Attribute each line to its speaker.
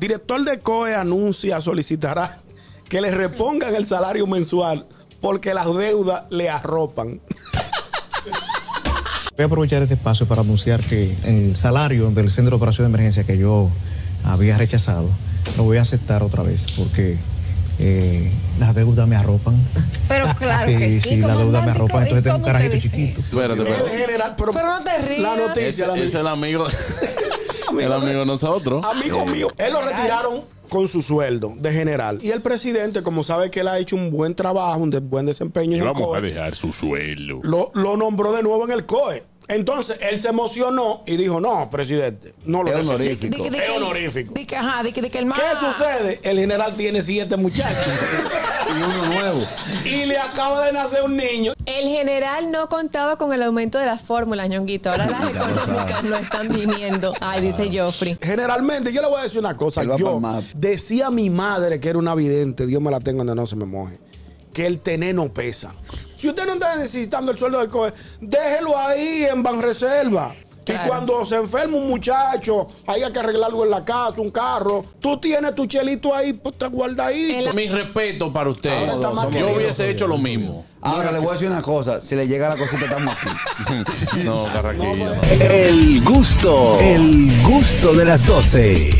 Speaker 1: Director de COE anuncia, solicitará que le repongan el salario mensual porque las deudas le arropan.
Speaker 2: Voy a aprovechar este espacio para anunciar que el salario del Centro de Operación de Emergencia que yo había rechazado, lo voy a aceptar otra vez porque eh, las deudas me arropan.
Speaker 3: Pero claro que sí.
Speaker 2: Sí, las deudas me
Speaker 3: comandante, ¿y
Speaker 2: arropan. Entonces tengo un
Speaker 3: cómo
Speaker 2: carajito
Speaker 3: usted dice
Speaker 2: chiquito.
Speaker 3: eso?
Speaker 4: Espérate,
Speaker 1: El
Speaker 4: espérate.
Speaker 1: general, pero,
Speaker 3: Pero no te rías.
Speaker 1: La noticia,
Speaker 4: Ese
Speaker 1: la
Speaker 4: es el amigo, el
Speaker 1: amigo,
Speaker 4: amigo de nosotros.
Speaker 1: amigo mío. Él lo retiraron con su sueldo de general. Y el presidente, como sabe que él ha hecho un buen trabajo, un de- buen desempeño en el
Speaker 5: Vamos a
Speaker 1: COE,
Speaker 5: dejar su suelo.
Speaker 1: lo, lo nombró de nuevo en el COE. Entonces, él se emocionó y dijo, no, presidente, no lo
Speaker 4: Es
Speaker 1: necesito.
Speaker 4: honorífico.
Speaker 3: Di- di- di-
Speaker 1: Es
Speaker 3: que-
Speaker 1: honorífico.
Speaker 3: di que, ajá, di que- di que el más.
Speaker 1: ¿Qué sucede? El general tiene siete muchachos
Speaker 4: Y uno nuevo.
Speaker 1: y le acaba de nacer un niño.
Speaker 6: El general no contaba con el aumento de las fórmulas, ñonguito. Ahora las
Speaker 4: Ya lo
Speaker 6: económicas
Speaker 4: sabe.
Speaker 6: no están viniendo. Ay, dice Joffrey.
Speaker 1: Generalmente, yo le voy a decir una cosa.
Speaker 4: Él va
Speaker 1: Yo
Speaker 4: pa'l mapa.
Speaker 1: decía a mi madre que era una vidente, Dios me la tenga donde no se me moje, que el tener no pesa. Si usted no está necesitando el sueldo del COE, déjelo ahí en Banreserva. Y
Speaker 6: Claro.
Speaker 1: cuando se enferma un muchacho, hay que arreglar algo en la casa, un carro, tú tienes tu chelito ahí, pues te guarda ahí.
Speaker 6: El-
Speaker 5: Mi respeto para usted.
Speaker 4: Somos dos, somos
Speaker 5: Yo
Speaker 4: dos.
Speaker 5: hubiese hecho lo mismo.
Speaker 4: Ahora le voy a decir una cosa, si le llega la cosita estamos aquí.
Speaker 5: No, Carraquillo.
Speaker 7: El gusto, el gusto de las 12.